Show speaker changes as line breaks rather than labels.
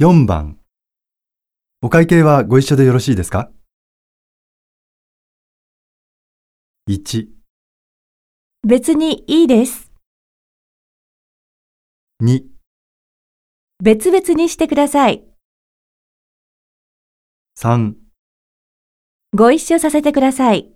4番お会計はご一緒でよろしいですか ?1、
別にいいです。
2、
別々にしてください。
3
ご一緒させてください。